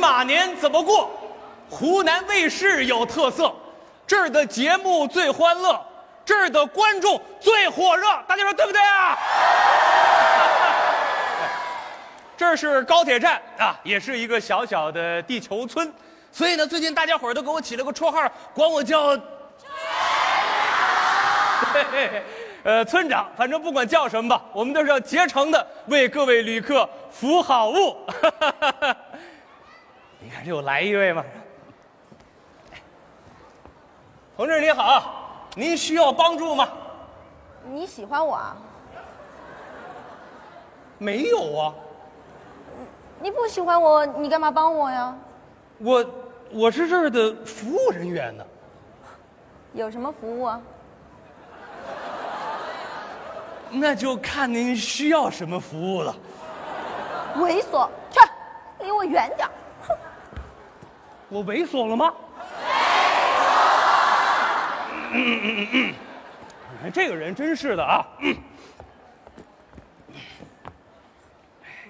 马年怎么过？湖南卫视有特色，这儿的节目最欢乐，这儿的观众最火热，大家说对不对啊？ 这是高铁站啊，也是一个小小的地球村，所以呢，最近大家伙儿都给我起了个绰号，管我叫， 对呃，村长，反正不管叫什么吧，我们都是要竭诚的为各位旅客服好 务。你看，这又来一位嘛。同志您好，您需要帮助吗？你喜欢我啊？没有啊，你不喜欢我，你干嘛帮我呀？我我是这儿的服务人员呢。有什么服务啊？那就看您需要什么服务了。猥琐，去，离我远点儿。我猥琐了吗？你看哎这个人真是的啊！你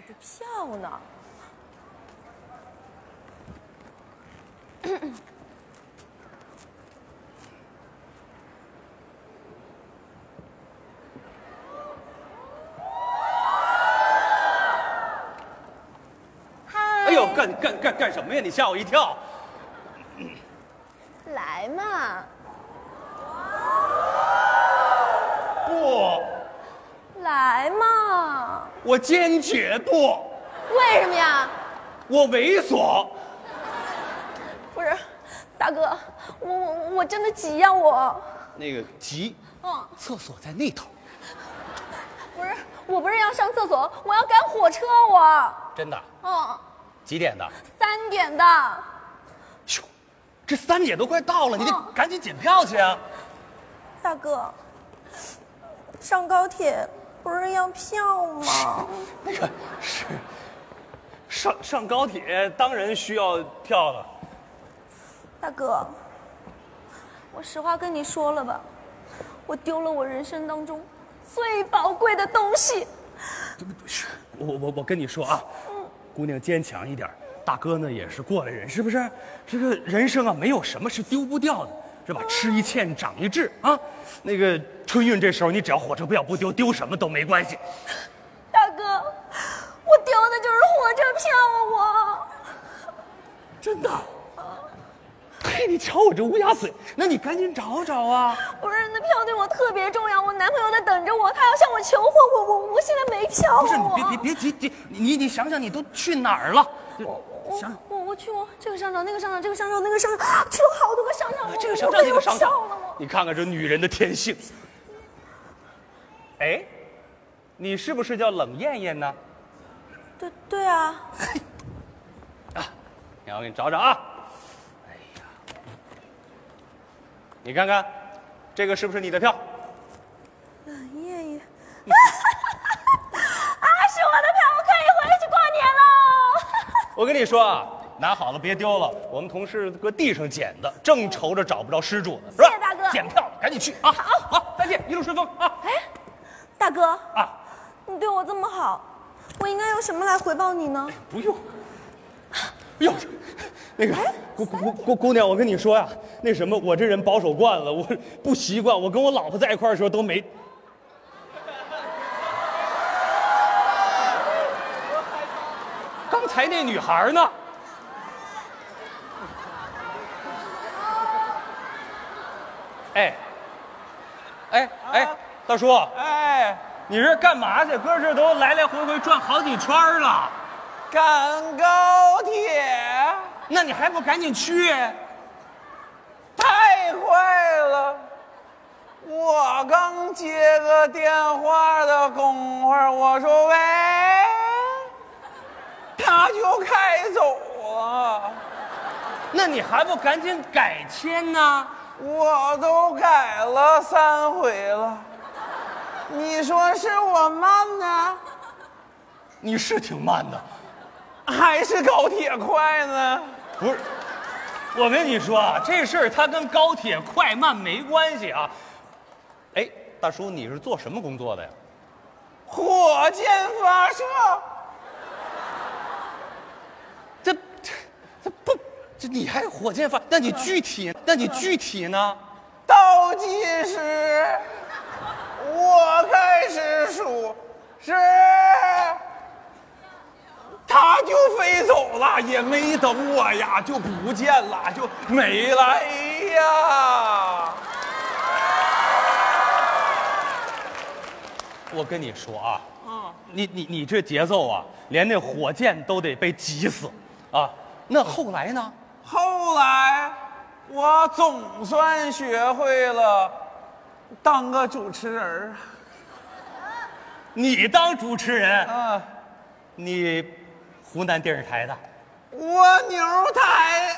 的票呢？哎呦，干干干干什么呀？你吓我一跳！来嘛，不，来嘛。我坚决不，为什么呀？我猥琐。不是，大哥，我我我真的急呀、我。那个急，嗯，厕所在那头，不是，我不是要上厕所，我要赶火车我。真的？嗯，几点的？三点的。咻，这三点都快到了，你得哦赶紧检票去啊！大哥，上高铁不是要票吗？那个是上上高铁，当然需要票了。大哥，我实话跟你说了吧，我丢了我人生当中最宝贵的东西。我我我跟你说啊，姑娘坚强一点儿，大哥呢也是过来人，是不是？这个人生啊，没有什么是丢不掉的，是吧？吃一堑长一智啊。那个春运这时候，你只要火车票不丢，丢什么都没关系。大哥，我丢的就是火车票啊！真的？嘿，你瞧我这乌鸦嘴，那你赶紧找找啊！我不是那票对我特别重要，我男朋友在等着我，他要向我求婚，我我我现在没票啊！不是你别别别急急，你你你想想你都去哪儿了？我想想我我去过哦这个商场，那个商场，这个商场，那个商场，啊去了好多个商场，这我个商哦场我那个商没有场票了，我你看看这女人的天性。哎，你是不是叫冷艳艳呢？对对啊，让我给你找找啊！哎呀，你看看，这个是不是你的票？耶 耶，啊是我的票，我可以回去过年喽！我跟你说啊，拿好了别丢了，我们同事搁地上捡的，正愁着找不着失主呢，是吧？谢谢大哥检票了，赶紧去啊！好，好，再见，一路顺风啊！ 大哥，啊，你对我这么好，我应该用什么来回报你呢？不用。哎呦，那个姑姑姑姑娘，我跟你说呀、那什么，我这人保守惯了，我不习惯。我跟我老婆在一块儿的时候都没。刚才那女孩呢？哎，哎哎，大叔，哎，你这干嘛去？哥这都来来回回转好几圈儿了。赶高铁那你还不赶紧去？太快了！我刚接个电话的功夫儿，我说喂，他就开走了，那你还不赶紧改签呢？我都改了三回了，你说是我慢呢，你是挺慢的，还是高铁快呢？不是？我跟你说啊，这事儿它跟高铁快慢没关系啊。哎，大叔，你是做什么工作的呀？火箭发射。这不，这你还火箭发？那你具体，那你具体呢？倒计时，我开始数，是，他就飞走了，也没等我呀，就不见了，就没了。哎呀，我跟你说啊，你你你这节奏啊，连那火箭都得被急死啊！那后来呢？后来我总算学会了当个主持人儿你当主持人，啊，你湖南电视台的，蜗牛台。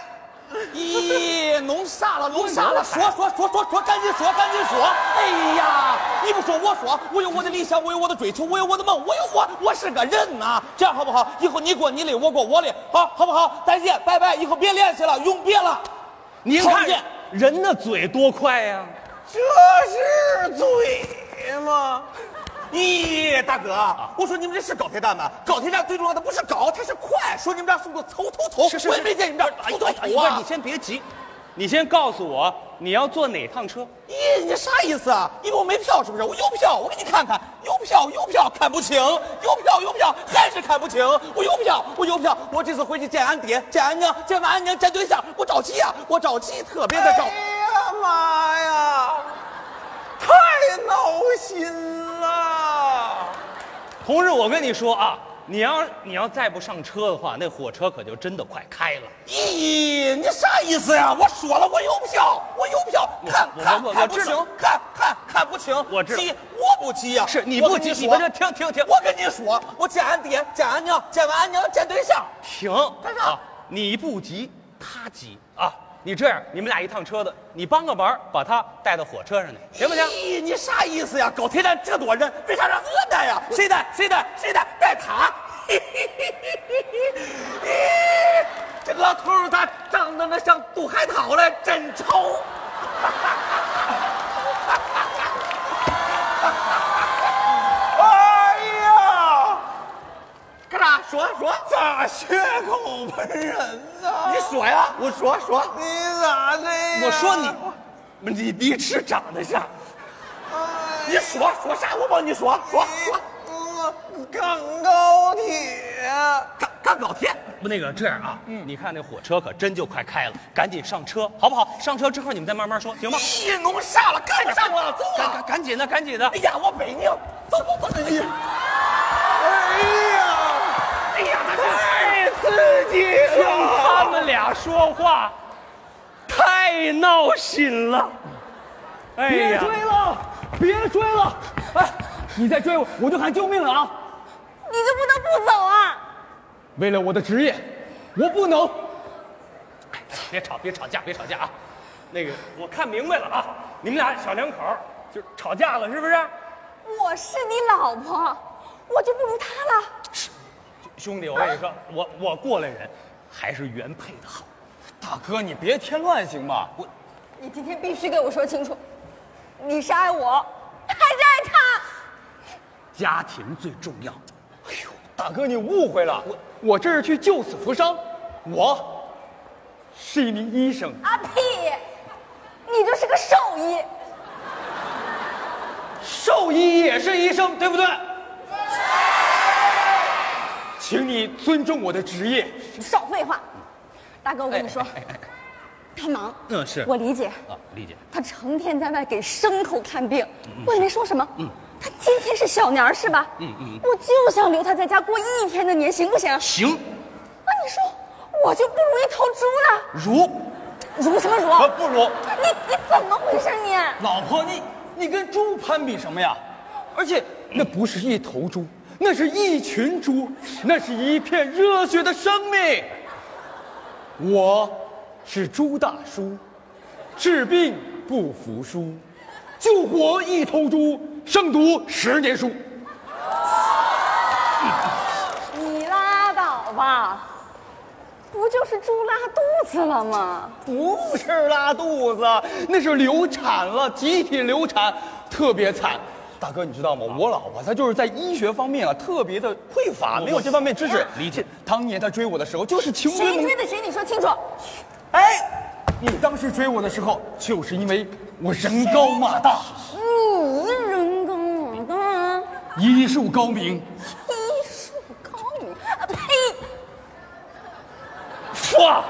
咦，弄啥了？弄啥弄了？啥说说说说说，赶紧说，赶紧说！哎呀，你不说我说，我有我的理想，我有我的追求，我有我的梦，我有我，我是个人呐、这样好不好？以后你过你的，我过我的，好，好不好？再见，拜拜，以后别联系了，永别了。您讨看厌人的嘴多快呀、这是嘴吗？咦，大哥，我说你们这是高铁站吗？高铁站最重要的不是高，它是快。说你们这速度嗖嗖嗖，是是我也没见你们这嗖嗖哎嗖呀，啊！你先别急，你先告诉我你要坐哪趟车？咦，你啥意思啊？你给我没票是不是？我有票，我给你看看，有票有票看不清，有票有票还是看不清。我有票，我有票，我这次回去见俺爹，见俺娘，见完俺娘见对象，我着急呀、我着急，特别的着。哎呀妈呀，太闹心了！同志，我跟你说啊，你要你要再不上车的话，那火车可就真的快开了。咦，你啥意思呀、我说了，我有票，我有票，看我看我看我不知道清，看看看不清。我知道急，我不急呀、是你我不跟急，你说们这停停停，我跟你说，我见俺爹，见俺娘，见完俺娘见对象。停干啥啊！你不急，他急啊！你这样，你们俩一趟车的，你帮个忙，把他带到火车上来，行不行？咦，你啥意思呀？高铁站这多人，为啥让我带呀？谁带？谁带？谁带？带 他！嘿嘿嘿嘿嘿嘿咦，这老头儿咋长得那像杜海涛了？真丑！ 哎呀，干啥？说说，咋血口喷人啊哎呢、你说呀！我说说，你咋这样？我说哎你，你你是长得像，哎你说说啥？我帮你啊说说说。我赶高铁，赶赶高铁，不那个这样啊，你看那火车可真就快开了，赶紧上车好不好？上车之后你们再慢慢说，行吗？咦，哎弄啥了？赶上了，走赶啊赶！赶紧的，赶紧的哎！呀，我背你，走走走！咦，哎呀，哎呀，大哥。太刺激听了！他们俩说话，太闹心了。哎别呀，追了，别追了！哎，你再追我，我就喊救命了啊！你就不能不走啊？为了我的职业，我不能。哎别吵，别吵架，别吵架啊！那个，我看明白了啊，你们俩小两口儿就吵架了，是不是？我是你老婆，我就不如他了。兄弟，我跟你说，我我过来人，还是原配的好。大哥，你别添乱行吗？我你今天必须给我说清楚，你是爱我，还是爱他？家庭最重要。哎大哥，你误会了，我我这是去救死扶伤，我是一名医生。啊屁！你就是个兽医，兽医也是医生，对不对？请你尊重我的职业。你少废话。大哥，我跟你哎说，他忙，嗯是我理解。啊，理解。他成天在外给牲口看病，我也没说什么。他今天是小年儿是吧？嗯嗯。我就想留他在家过一天的年，行不行？啊，行，你说我就不如一头猪呢？如如什么如？呃，不如你你怎么回事你？老婆，你你跟猪攀比什么呀？而且那不是一头猪，那是一群猪，那是一片热血的生命。我是猪大叔，治病不服输，救活一头猪，胜读十年书。你拉倒吧，不就是猪拉肚子了吗？不是拉肚子，那是流产了，集体流产，特别惨。大哥，你知道吗？我老婆她就是在医学方面啊特别的匮乏，没有这方面知识。理解。当年她追我的时候，就是穷追谁猛追的谁？你说清楚。哎，你当时追我的时候，就是因为我人高马大，你人高马大，医术高明。医术高明，啊呸！哇，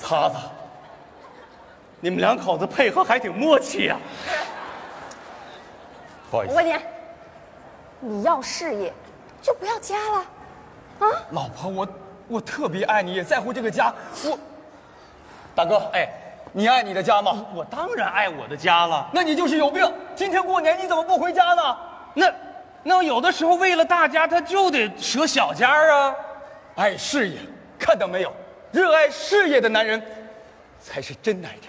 擦擦，你们两口子配合还挺默契啊呀、不好意我思，问你，你要事业，就不要家了，啊？老婆，我我特别爱你，也在乎这个家。我，大哥，哎，你爱你的家吗？我当然爱我的家了。那你就是有病。今天过年你怎么不回家呢？那那有的时候为了大家，他就得舍小家啊。爱事业，哎看到没有？热爱事业的男人，才是真男人。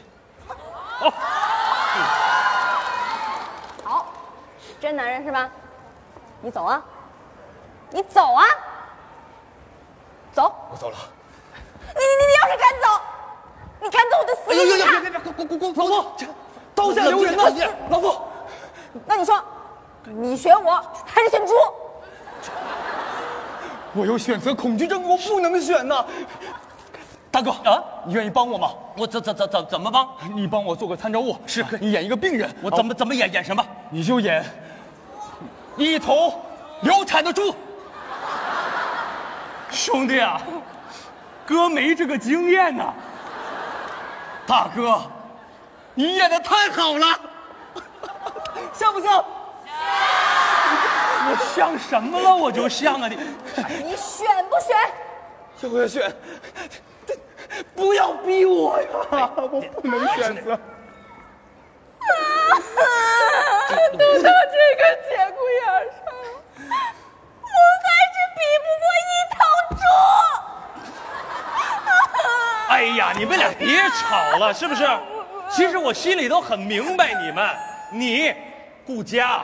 好，真男人是吧？你走啊，你走啊，走！我走了。你你你要是敢走，你敢走我就死哎给你看！别别，滚滚滚！老婆，刀下留人呢！老婆，那你说，你选我还是选猪？我有选择恐惧症，我不能选呐。大哥啊，你愿意帮我吗？我怎怎怎怎怎么帮？你帮我做个参照物，是你演一个病人，我怎么怎么演演什么？你就演一头流产的猪。兄弟啊，哥没这个经验呐、大哥，你演的太好了，像不像？我像什么了？我就像啊你。你选不选？要不要选？不要逼我呀！我不能选择。都到这个节骨眼上了，我还是比不过一头猪。哎呀，你们俩别吵了，是不是？其实哎我心里都很明白你们，你顾家，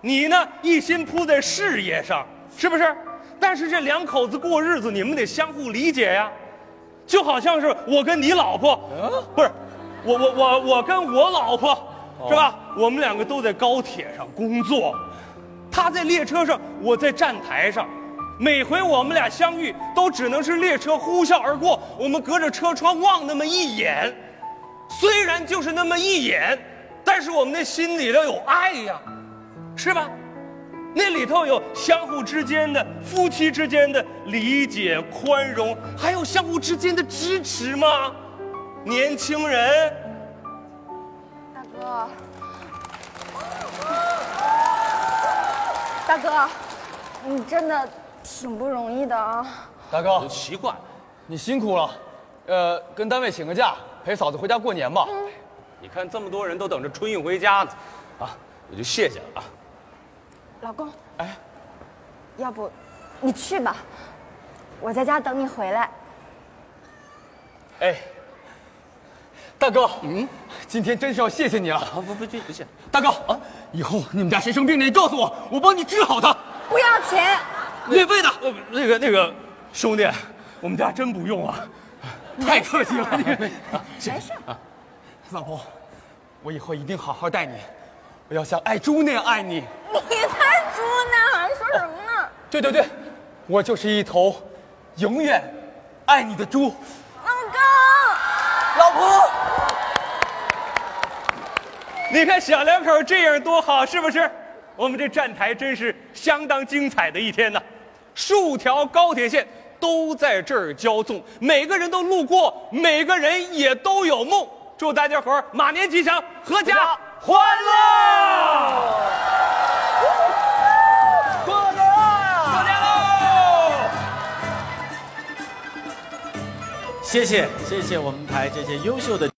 你呢一心扑在事业上，是不是？但是这两口子过日子，你们得相互理解呀。就好像是我跟你老婆，不是，我我我我跟我老婆，是吧？我们两个都在高铁上工作，他在列车上，我在站台上。每回我们俩相遇，都只能是列车呼啸而过，我们隔着车窗望那么一眼。虽然就是那么一眼，但是我们的心里头有爱呀，是吧？那里头有相互之间的、夫妻之间的理解、宽容，还有相互之间的支持吗？年轻人，大哥，大哥，你真的挺不容易的啊！大哥，奇怪，你辛苦了，呃，跟单位请个假，陪嫂子回家过年吧。嗯你看这么多人都等着春运回家呢，啊，我就谢谢了啊。老公，哎，要不你去吧，我在家等你回来。哎，大哥，嗯，今天真是要谢谢你了，啊不不不不谢，大哥啊！以后你们家谁生病了，你告诉我，我帮你治好他，不要钱，免费的。呃那个那个兄弟，我们家真不用啊，太客气了，你没事。老婆，我以后一定好好待你，我要像爱猪那样爱你。你才猪呢，还说什么呢？对对对，我就是一头永远爱你的猪。老公，老婆，你看小两口这样多好，是不是？我们这站台真是相当精彩的一天呐，数条高铁线都在这儿交纵，每个人都路过，每个人也都有梦。祝大家伙儿马年吉祥，阖家欢乐！过年了！过年喽！谢谢谢谢我们台这些优秀的。